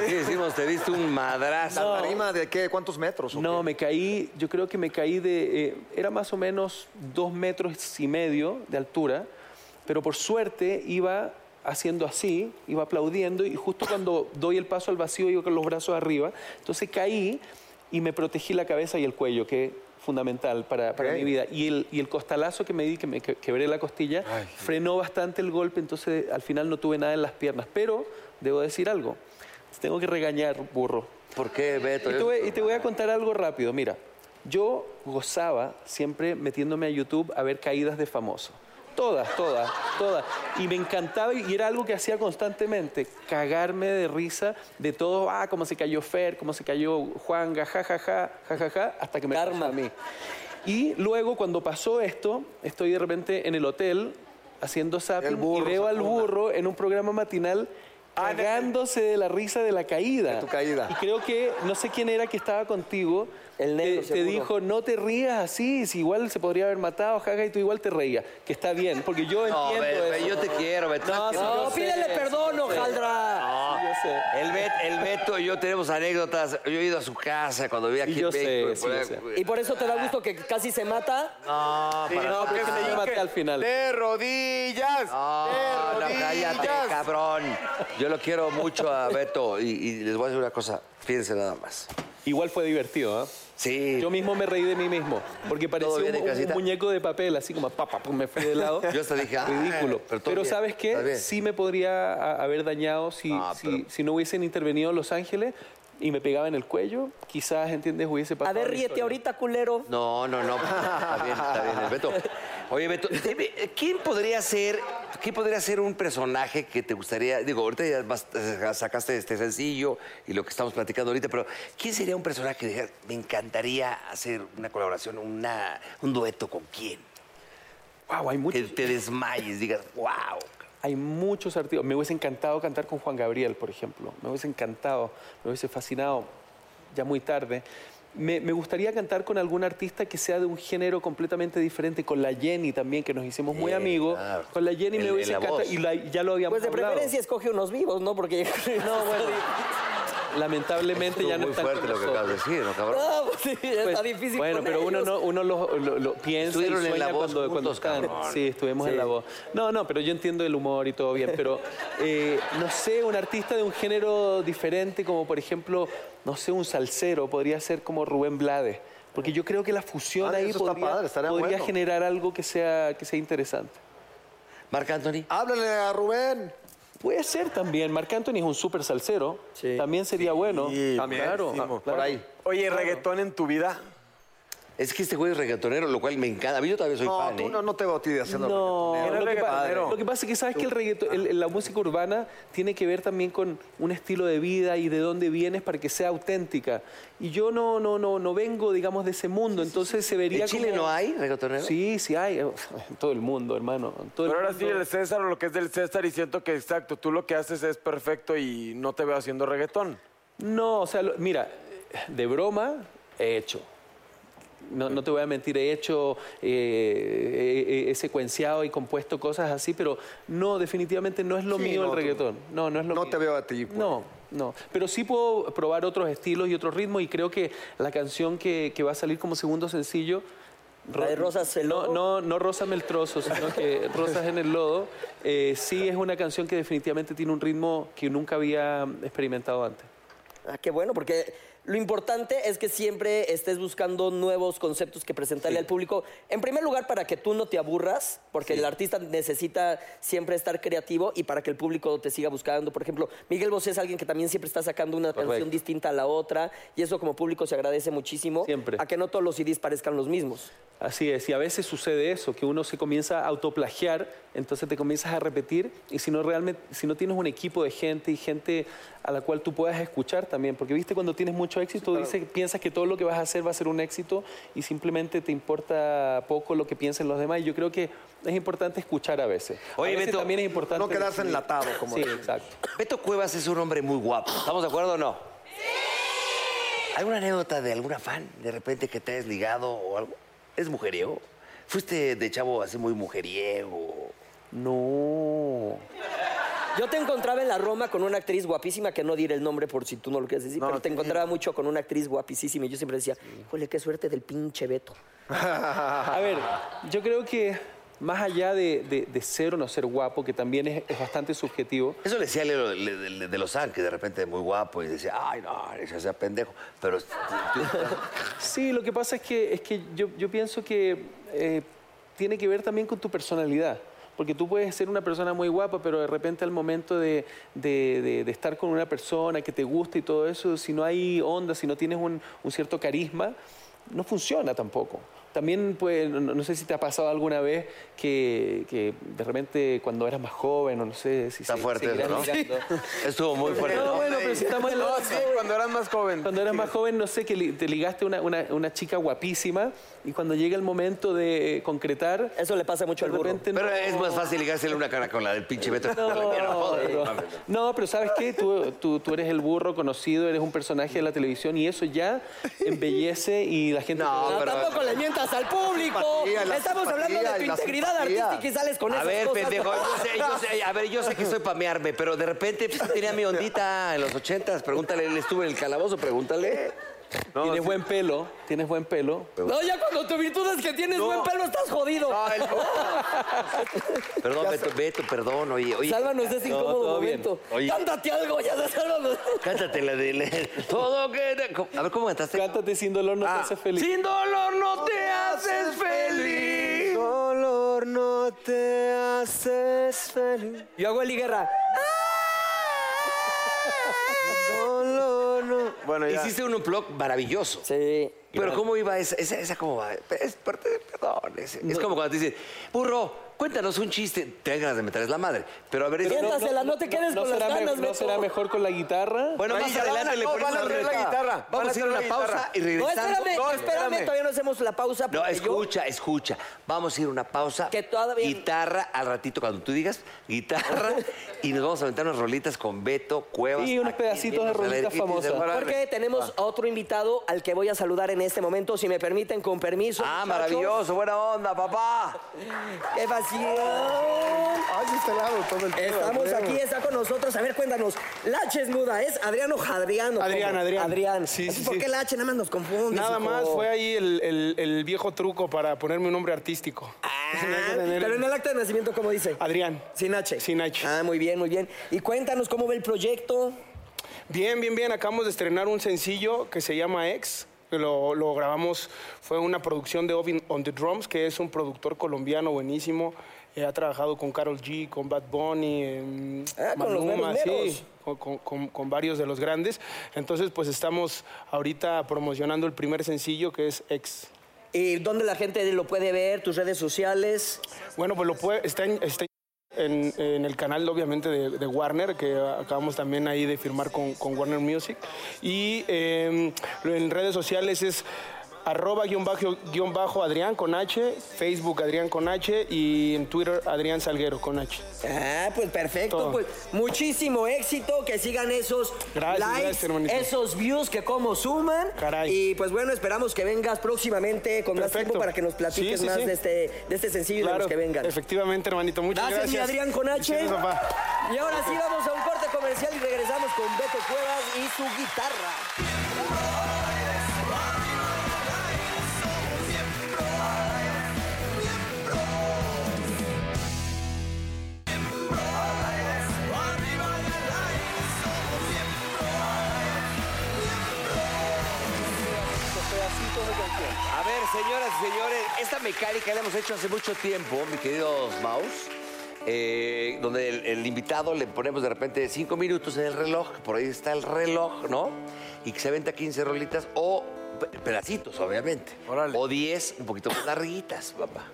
D: aquí decimos, te diste un madrazo.
B: ¿La tarima de qué? ¿Cuántos metros? o
F: no,
B: qué?
F: me caí, yo creo que me caí de. eh, era más o menos dos metros y medio de altura, pero por suerte iba haciendo así, iba aplaudiendo y justo cuando doy el paso al vacío, yo con los brazos arriba. Entonces caí y me protegí la cabeza y el cuello, que es fundamental para, para
B: Ok.
F: mi vida. vida. Y el, y el costalazo que me di, que me que- quebré la costilla, frenó bastante el golpe, entonces al final no tuve nada en las piernas. Pero debo decir algo, te tengo que regañar, burro.
D: ¿Por qué, Beto?
F: Y te, voy, y te voy a contar algo rápido, mira. Yo gozaba siempre metiéndome a YouTube a ver caídas de famosos. Todas, todas, todas. Y me encantaba y era algo que hacía constantemente, cagarme de risa de todo, ah, cómo se cayó Fer, cómo se cayó Juan, jajaja, jajaja, hasta que me pasó
C: Karma.
F: a mí. Y luego cuando pasó esto, estoy de repente en el hotel haciendo zapping y veo al burro en un programa matinal cagándose de la risa de la caída. De
B: tu caída.
F: Y creo que no sé quién era que estaba contigo.
C: El negro,
F: te, te
C: seguro.
F: dijo, no te rías así, si igual se podría haber matado, jaja, y tú igual te reías. Que está bien, porque yo
D: No,
F: entiendo
D: Beto,
F: eso.
D: yo te quiero, Beto.
F: No,
D: Te-
F: sí,
C: No,
F: yo sé,
C: pídele
F: sí,
C: perdón,
F: yo sé.
C: hojaldra.
D: No.
F: Yo sé.
D: El, Bet- el Beto y yo tenemos anécdotas. Yo he ido a su casa cuando vivía aquí
F: yo
D: en México.
F: sé, sí, yo sé.
C: Y por eso te da gusto que casi se mata.
E: Ah,
D: No, para
F: No, pero es que yo maté al final.
E: De rodillas.
D: No, no,
E: de rodillas.
D: cállate, cabrón. Yo lo quiero mucho a Beto y, y les voy a decir una cosa. Fíjense nada más.
F: Igual fue divertido, ¿ah?
D: Sí.
F: Yo mismo me reí de mí mismo, porque parecía
D: ¿Todo bien
F: un,
D: en
F: un
D: casita?
F: muñeco de papel, así como papá, me fui de lado.
D: Yo hasta dije, "Ah,
F: ridículo.
D: pero
F: Pero,
D: todo bien,
F: ¿sabes
D: está
F: qué?
D: bien.
F: Sí me podría a- haber dañado si,
D: No,
F: si-
D: pero-
F: si no hubiesen intervenido Los Ángeles y me pegaba en el cuello, quizás, ¿entiendes? Hubiese
C: A
F: pasado.
C: ver,
F: la
C: ríete
F: historia.
C: ahorita, culero.
D: No, no, no. Está bien, está bien, el Beto. Oye, Beto, dime, ¿quién podría ser, quién podría ser un personaje que te gustaría? Digo, ahorita ya vas- sacaste este sencillo y lo que estamos platicando ahorita, pero ¿quién sería un personaje que dijeras, me encantaría hacer una colaboración, una, un dueto con quién?
F: Guau, hay muchos.
D: Que te desmayes, digas, wow.
F: Hay muchos artistas. Me hubiese encantado cantar con Juan Gabriel, por ejemplo. Me hubiese encantado, me hubiese fascinado, ya muy tarde. Me, me gustaría cantar con algún artista que sea de un género completamente diferente, con la Jenny también, que nos hicimos muy
D: Sí,
F: amigos.
D: Eh, claro.
F: Con la Jenny
D: El-
F: me hubiese
D: la
F: encantado.
D: voz.
F: Y la- ya lo habíamos
C: Pues de
F: hablado.
C: preferencia escoge unos vivos, ¿no? Porque. No, bueno.
F: Lamentablemente ya no
D: muy
F: está
D: fuerte lo que acabas de decir, ¿no, cabrón?
C: No, pues sí, está
F: Pues,
C: difícil.
F: Bueno,
C: con
F: pero uno
C: ellos.
F: no, uno lo, lo- lo piensa y
D: Estuvieron en
F: sueña
D: La Voz
F: cuando, cuando
D: juntos,
F: están.
D: cabrón.
F: Sí, estuvimos en la voz. No, no, pero yo entiendo el humor y todo bien, pero eh, no sé, un artista de un género diferente, como por ejemplo, no sé, un salsero, podría ser como Rubén Blades. Porque yo creo que la fusión
B: Ah,
F: ahí
B: eso está
F: podría,
B: padre, estaría
F: podría
B: bueno.
F: generar algo que sea, que sea interesante.
D: Marc Anthony.
B: Háblale a Rubén.
F: Puede ser también. Marc Anthony es un súper salsero. También sería bueno.
E: Sí,
F: claro,
E: buenísimo.
F: claro.
E: Oye, ¿reggaetón en tu vida?
D: Es que este güey es reggaetonero, lo cual me encanta. A mí yo todavía soy
B: No,
D: fan,
B: tú
D: ¿eh?
B: no, no te veo a ti de haciendo
F: No,
B: reggaetonero.
F: lo que, pa-
E: reggaetonero.
F: lo que pasa es que sabes que el reggaeto- el- el- la música urbana tiene que ver también con un estilo de vida y de dónde vienes para que sea auténtica. Y yo no, no, no, no vengo, digamos, de ese mundo, entonces se vería
D: ¿En Chile
F: como-
D: no hay reggaetonero?
F: Sí, sí hay. En todo el mundo, hermano. en todo el
E: Pero ahora sí,
F: mundo.
E: el César o lo que es del César, y siento que exacto, tú lo que haces es perfecto y no te veo haciendo reggaetón.
F: No, o sea, lo- mira, de broma he hecho. No, no te voy a mentir, he hecho, eh, he, he- he secuenciado y compuesto cosas así, pero no, definitivamente no es lo
B: Sí,
F: mío
B: no,
F: el
B: tú-
F: reggaetón. No, no es lo
B: no
F: mío.
B: te veo a ti, pues.
F: No, no. Pero sí puedo probar otros estilos y otros ritmos y creo que la canción que, que va a salir como segundo sencillo...
C: ¿La de Rosas el
F: no,
C: Lodo?
F: no, no Rózame el trozo, sino que Rosas en el lodo. eh, sí es una canción que definitivamente tiene un ritmo que nunca había experimentado antes.
C: Ah, qué bueno, porque lo importante es que siempre estés buscando nuevos conceptos que presentarle al público. En primer lugar, para que tú no te aburras, porque el artista necesita siempre estar creativo y para que el público te siga buscando. Por ejemplo, Miguel Bosé es alguien que también siempre está sacando una canción distinta a la otra y eso como público se agradece muchísimo.
F: Siempre.
C: A que no todos los CDs parezcan los mismos.
F: Así es, y a veces sucede eso, que uno se comienza a autoplagiar, entonces te comienzas a repetir, y si no realmente, si no tienes un equipo de gente y gente a la cual tú puedas escuchar también, porque viste cuando tienes mucho éxito, dice- piensas que todo lo que vas a hacer va a ser un éxito y simplemente te importa poco lo que piensen los demás, y yo creo que es importante escuchar a veces.
D: Oye,
F: a veces
D: Beto,
F: también es importante
B: no quedarse
F: recibir.
B: enlatado, como
F: Sí,
B: dicen.
F: exacto.
D: Beto Cuevas es un hombre muy guapo. ¿Estamos de acuerdo o no? ¡Sí! ¿Alguna anécdota de alguna fan de repente que te has ligado o algo? ¿Es mujeriego? ¿Fuiste de chavo así muy mujeriego?
F: No.
C: Yo te encontraba en la Roma con una actriz guapísima, que no diré el nombre por si tú no lo quieres decir, pero te encontraba mucho con una actriz guapísima y yo siempre decía, híjole, qué suerte del pinche Beto.
F: A ver, yo creo que más allá de, de- de ser o no ser guapo, que también es- es bastante subjetivo,
D: Eso le decía Leo le- le- le- de Lozán, que de repente es muy guapo y decía, ay, no, ese sea pendejo. Pero
F: Sí, lo que pasa es que, es que yo, yo pienso que eh, tiene que ver también con tu personalidad. Porque tú puedes ser una persona muy guapa, pero de repente al momento de, de- de- de estar con una persona que te gusta y todo eso, si no hay onda, si no tienes un, un cierto carisma, no funciona tampoco. También, pues, no, no sé si te ha pasado alguna vez que, que de repente cuando eras más joven, o no sé si
D: está
F: se-
D: fuerte eso,
F: seguirás
D: ¿no?
F: ligando.
D: Estuvo muy fuerte.
F: No, bueno, pero si estamos en la
E: No, sí, cuando eras más joven.
F: cuando eras más joven, no sé, que li- te ligaste a una, una- una chica guapísima y cuando llega el momento de concretar,
C: Eso le pasa mucho
F: de
C: al burro.
F: repente
D: Pero
F: no-
D: es más fácil ligársele una cara con la del pinche Beto.
F: No,
D: La mierda, joder,
F: pero-
D: mames.
F: no, pero ¿sabes qué? Tú, tú- tú eres el burro conocido, eres un personaje de la televisión y eso ya embellece y la gente...
D: No,
F: te-
C: No,
D: Ah, pero-
C: tampoco le mientas al público.
B: Simpatía, la
C: Estamos hablando de
B: simpatía
C: tu
B: y la
C: integridad
B: simpatía.
C: artística y sales con
D: A
C: esas
D: ver,
C: cosas.
D: pendejo, yo sé, yo sé, a ver, yo sé que soy para mearme, pero de repente pues, tenía mi ondita en los ochentas. Pregúntale, él estuvo en el calabozo, pregúntale.
F: tienes buen pelo, tienes buen pelo.
C: No, ya cuando tu virtud es que tienes buen pelo, estás jodido.
D: Perdón, Beto, Beto, perdón, oye, oye.
C: Sálvanos de ese
F: No,
C: incómodo
F: todo bien.
C: momento.
D: Oye.
C: Cántate algo, ya sálvanos.
D: Cántate la de todo que te- A ver, ¿cómo cantaste?
F: Cántate sin dolor,
G: Ah,
E: Ah.
F: no te haces feliz.
D: Sin dolor no te haces feliz.
E: Dolor no te haces feliz. Ah.
C: Yo hago el guerra.
E: Dolor no. Bueno, ya.
D: Hiciste un blog maravilloso.
C: Sí.
D: Pero ¿cómo iba esa? ¿Esa, esa cómo va? Es parte de- perdón. Es, es como cuando te dicen, burro, cuéntanos un chiste. Te dan ganas de meter es la madre. Pero a ver, es-
C: Pero no- Siéntasela, te quedes con las
F: será me-
C: ganas,
F: ¿No
C: Beto.
F: será mejor con la guitarra?
D: Bueno,
E: Ahí
D: más
E: ya
D: adelante
E: van a-
D: le
E: no,
D: ponemos
E: van a traer la guitarra, van
D: Vamos
E: a
D: a hacer
E: traer
D: una
E: la
D: pausa
E: guitarra.
D: y
C: No,
D: regresando.
C: espérame,
E: No,
C: espérame,
E: espérame.
C: todavía no hacemos la pausa.
D: No,
C: porque yo-
D: escucha, escucha. Vamos a ir a una pausa.
C: Que todavía-
D: Guitarra al ratito, cuando tú digas guitarra. y nos vamos a aventar unas rolitas con Beto, Cuevas.
F: Sí, unos
D: aquí en
F: pedacitos de
D: Vientos del
F: rolitas
D: Edificio.
F: famosas.
C: Porque tenemos a otro invitado al que voy a saludar en este momento, si me permiten, con permiso.
D: Ah,
C: muchachos.
D: maravilloso, buena onda, papá.
C: ¡Qué pasión!
B: Ay, este lado, todo el tiempo.
C: Estamos
B: Bueno.
C: aquí, está con nosotros. A ver, cuéntanos. La H es muda, ¿es Adriano Jadriano?
G: Adrián,
C: ¿Cómo?
G: Adrián.
C: Adrián.
G: Sí, sí,
C: ¿Por
G: sí.
C: qué la H nada más nos confunde?
G: Nada
C: hijo?
G: más fue ahí el, el- el viejo truco para ponerme un nombre artístico.
C: Ah,
G: Tenía que tener-
C: pero en el acta de nacimiento, ¿cómo dice?
G: Adrián.
C: Sin H.
G: Ah, Sin H.
C: Ah, muy bien, muy bien. Y cuéntanos cómo ve el proyecto.
G: Bien, bien, bien. Acabamos de estrenar un sencillo que se llama Ex. que Lo, lo grabamos, fue una producción de Ovin on the Drums, que es un productor colombiano buenísimo. Eh, ha trabajado con Carol G, con Bad Bunny, em,
C: Ah, con los
G: Maluma,
C: meros meros.
G: sí, con, con- con- con varios de los grandes. Entonces, pues estamos ahorita promocionando el primer sencillo que es Ex.
C: ¿Y dónde la gente lo puede ver? ¿Tus redes sociales?
G: Bueno, pues lo puede, está en, está en- en el canal, obviamente, de, de Warner, que acabamos también ahí de firmar con, con Warner Music. Y eh, en redes sociales es arroba guión bajo, guión bajo Adrián con H, Facebook Adrián con H y en Twitter Adrián Salguero con H.
C: Ah, pues perfecto,
G: Todo.
C: pues muchísimo éxito, que sigan esos
G: Gracias,
C: likes,
G: gracias, hermanito.
C: esos views que como suman.
G: Caray.
C: Y pues bueno, esperamos que vengas próximamente con más
G: Perfecto.
C: tiempo para que nos platiques
G: Sí, sí,
C: más
G: sí.
C: De, este, de este sencillo y de los que vengan.
G: Efectivamente, hermanito, muchas
C: Gracias,
G: gracias.
C: mi Adrián con H.
G: Gracias, papá.
C: Y ahora sí vamos a un corte comercial y regresamos con Beto Cuevas y su guitarra.
D: A ver, señoras y señores, esta mecánica la hemos hecho hace mucho tiempo, mi queridos Maus, eh, donde el, el invitado le ponemos de repente cinco minutos en el reloj, por ahí está el reloj, ¿no? Y que se aventa 15 rolitas o pe- pedacitos, obviamente.
E: Órale.
D: O 10 un poquito más larguitas, papá.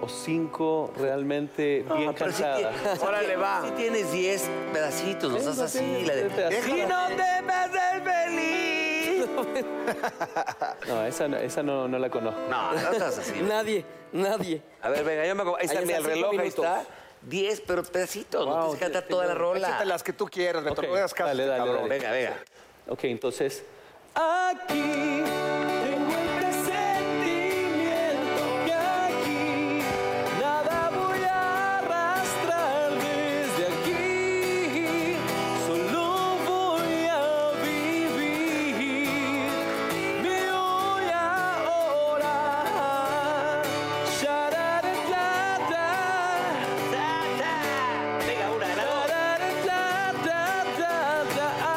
F: O cinco realmente
C: Ah,
F: bien
D: Ah, Pero si
F: cantadas.
D: tie- si
E: Órale,
D: tie-
E: va.
D: Si tienes 10 pedacitos, no
F: Sí,
D: estás
F: no
D: así.
F: tienes
D: la de-
F: pedacito.
D: Y no te me haces feliz.
F: No, esa, no- esa no, no la conozco.
D: No, no estás así.
C: Nadie, nadie.
D: A ver, venga, yo me acom- Ahí está,
C: Ahí
D: mira, el
C: está, cinco
D: reloj, ahí
C: minutos.
D: está. 10, pero pedacitos. no
F: Wow,
D: tienes que
F: te-
D: cantar
F: te-
D: toda la rola.
B: Échate las que tú quieras, Beto.
F: Ok,
B: No le hagas caso a
F: dale,
B: este
F: dale,
B: cabrón.
F: dale.
D: Venga, venga.
F: Ok, entonces. Aquí tengo este sentimiento que aquí nada voy a arrastrar desde aquí. Solo voy a vivir. Me voy ahora. Sha-da-da-da-da.
D: Venga, una,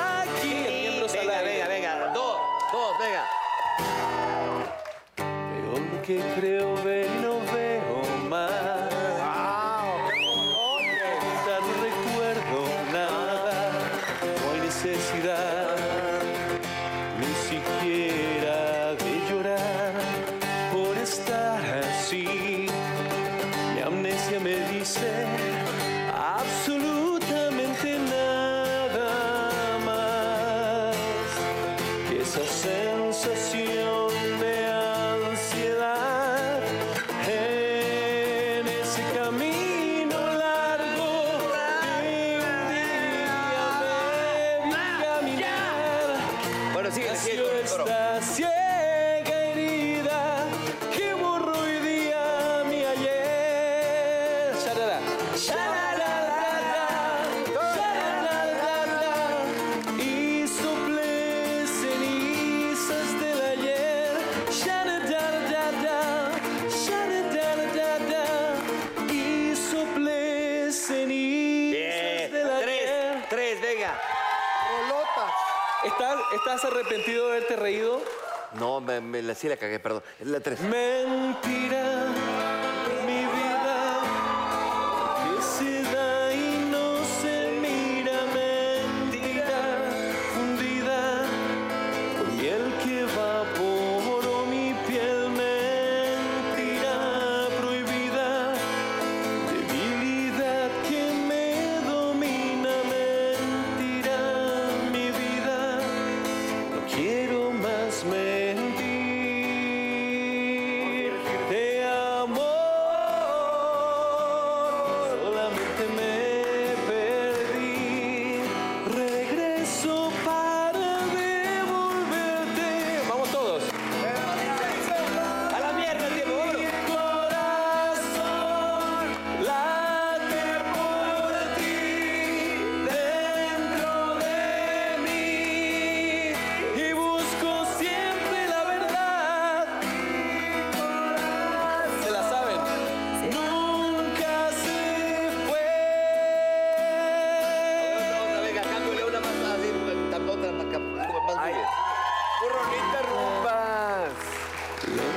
D: Venga, venga, venga. Dos, dos, venga.
F: Veo lo que creo ver y no veo más. Ya no recuerdo nada, no hay necesidad ni siquiera de llorar por estar así. Mi amnesia me dice absolutamente nada más que esa sensación de ansiedad en ese camino largo que un día debí caminar.
D: Bueno, sigue, sigue
F: Nació
D: con el coro.
F: esta ciega herida que borró hoy día mi ayer. Sharara, shararara, shararara, Y soplé cenizas del ayer. Shararara, shararara, Y soplé cenizas
D: Bien.
F: del ayer.
D: Tres, tres, venga.
F: ¿Estás, ¿Estás arrepentido de haberte reído?
D: No, me, me la, sí la cagué, perdón. Es La tres.
F: Mentira, mi vida, que se da y no se mira. Mentira, fundida, con miel que evaporó mi piel. Mentira, prohibida, debilidad que me domina. Mentira, mi vida, no quiero más mentir. Te
D: ah,
F: amo.
D: pues,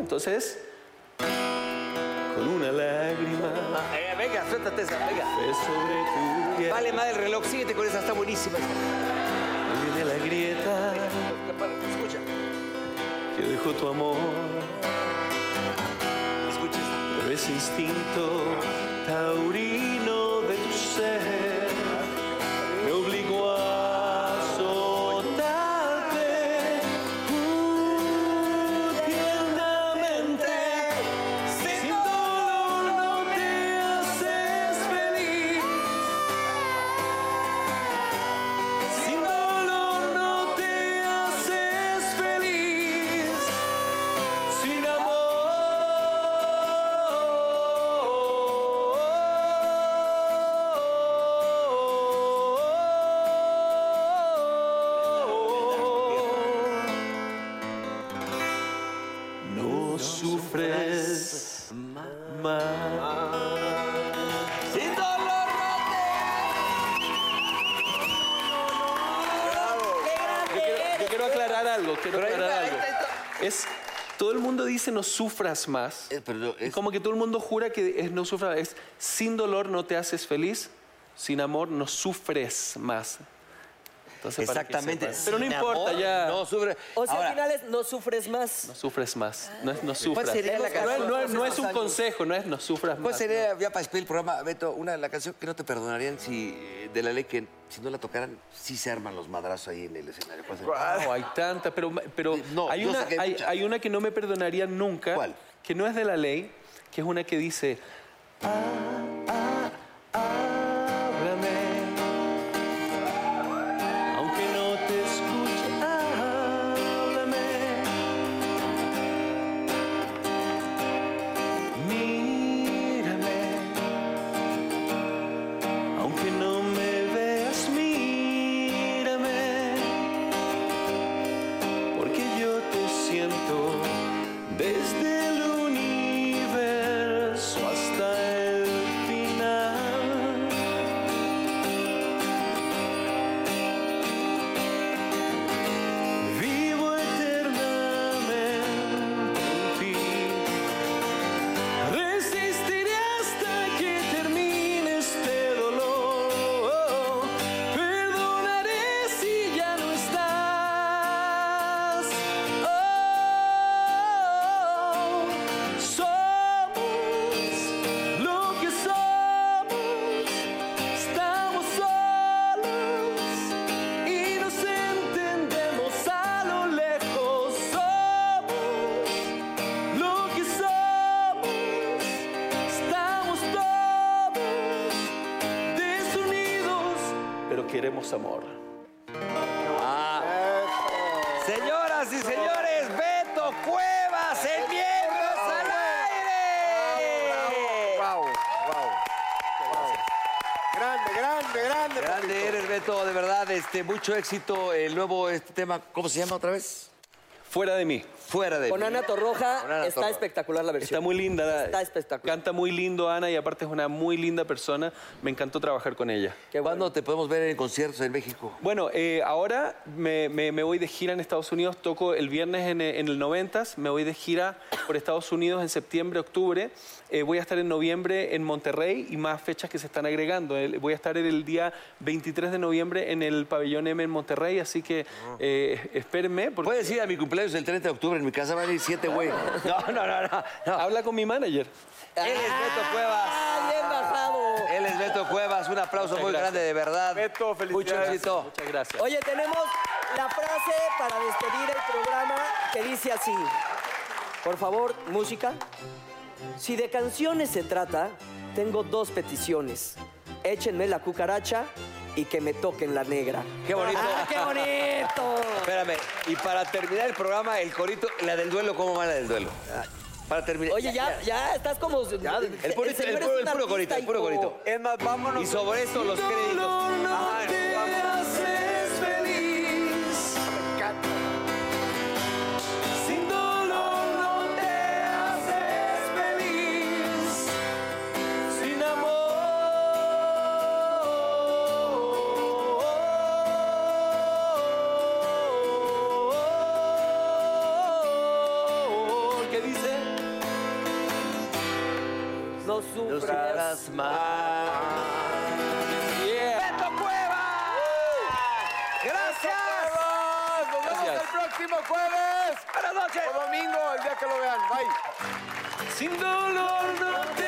F: Entonces, con una lágrima
D: Eh, venga, suéltate esa, venga.
F: fue sobre tu piel.
D: Vale, madre, el reloj, síguete con esa, está buenísima.
F: de la grieta
D: Escucha,
F: que dejó tu amor,
D: escucha esta.
F: pero ese instinto taurino de tu ser me obligó a azotarte tú tiernamente. Sin dolor no te haces feliz. Sin dolor no te haces feliz, sin amor. No sufres más.
D: Sin dolor,
F: Yo quiero, yo quiero aclarar algo, quiero
D: Pero ahí
F: aclarar
D: está,
F: algo.
D: ahí está,
F: Es, todo el mundo dice no sufras más.
D: Eh, pero no,
F: Y
D: es-
F: Como que todo el mundo jura que es no sufras, es sin dolor no te haces feliz, sin amor no sufres más. Entonces, para que
D: Exactamente.
F: sepas. Pero no
D: sin
F: importa,
D: amor,
F: ya
D: No
F: no,
D: sufre.
C: O sea,
D: Ahora,
C: al final es no sufres más.
F: sufres más, no es no sufras.
D: Pues sería la
F: No es- no, es-
D: canción?
F: no es un consejo, no es Ah, no sufras
D: ¿Cuál
F: más.
D: Pues sería, ya para despedir el programa, Beto, una la canción que no te perdonarían si eh, de la ley que si no la tocaran, sí se arman los madrazos ahí en el escenario? Pues, ¿Cuál sería?
F: No, hay tantas, pero, pero
D: Ah. No,
F: hay,
D: yo
F: una,
D: sé que hay
F: hay,
D: muchas.
F: hay una que no me perdonaría nunca,
D: ¿Cuál?
F: que no es de la ley, que es una que dice, "Ah, ah, háblame, aunque no te escuche, háblame, mírame, aunque no me veas, mírame, porque yo te siento desde el universo hasta el final. Vivo eternamente en ti. Resistiré hasta que termine este dolor. Perdonaré si ya no estás. Oh, somos lo que somos. Estamos solos y nos entendemos a lo lejos. Somos lo que somos, estamos todos desunidos, pero queremos amor.
D: Señoras y señores, Beto Cuevas, el miembros al aire.
B: ¡Wow! ¡Wow! Grande, grande, grande.
D: Grande eres, Beto, de verdad, este, mucho éxito. El nuevo este tema, ¿cómo se llama otra vez?
F: Fuera de mí.
D: Fuera de
C: Con
D: mí.
C: Ana Torroja
D: Con Ana
C: está
D: Torroja.
C: espectacular la versión.
F: Está muy linda. la-
C: Está espectacular.
F: Canta muy lindo Ana y aparte es una muy linda persona. Me encantó trabajar con ella.
C: Qué bueno.
D: ¿Cuándo te podemos ver en conciertos en México?
F: Bueno, eh, ahora me, me- me voy de gira en Estados Unidos, toco el viernes en, eh, en el 90s, me voy de gira por Estados Unidos en septiembre, octubre, Eh, voy a estar en noviembre en Monterrey y más fechas que se están agregando. El- Voy a estar el, el día 23 de noviembre en el pabellón M en Monterrey, así que eh, espérenme porque
D: Puedes ir a mi cumpleaños el 30 de octubre, en mi casa van a ir siete güey. No, no, no, no. no.
F: habla con mi manager.
D: Él es Beto Cuevas.
C: Ah, bien bajado.
D: Él es Beto Cuevas, un aplauso
F: Muchas
D: muy
F: gracias.
D: grande, de verdad.
E: Beto,
D: Mucho
E: felicidades.
D: éxito.
F: Muchas gracias.
C: Oye, tenemos la frase para despedir el programa que dice así. Por favor, música. Si de canciones se trata, tengo dos peticiones. Échenme la cucaracha y que me toquen la negra.
D: Qué bonito.
C: ¡Ah, qué bonito!
D: Espérame, y para terminar el programa, el corito, la del duelo, ¿cómo va la del duelo? Ah, Para terminar.
C: Oye, ya, ya estás como...
D: El puro, el puro- el puro corito, el puro corito.
E: Es más, vámonos.
D: Y sobre eso los créditos. Ajá,
F: Sin dolor no te haces feliz, sin amor. ¿Qué dice?
C: No
D: No
C: sufras.
D: sufras más.
C: ¡Beto Cueva!
E: ¡Gracias! Nos vemos
F: Gracias.
E: el próximo jueves. Buenas noches. O domingo, el día que lo vean. Bye.
F: Sin dolor no te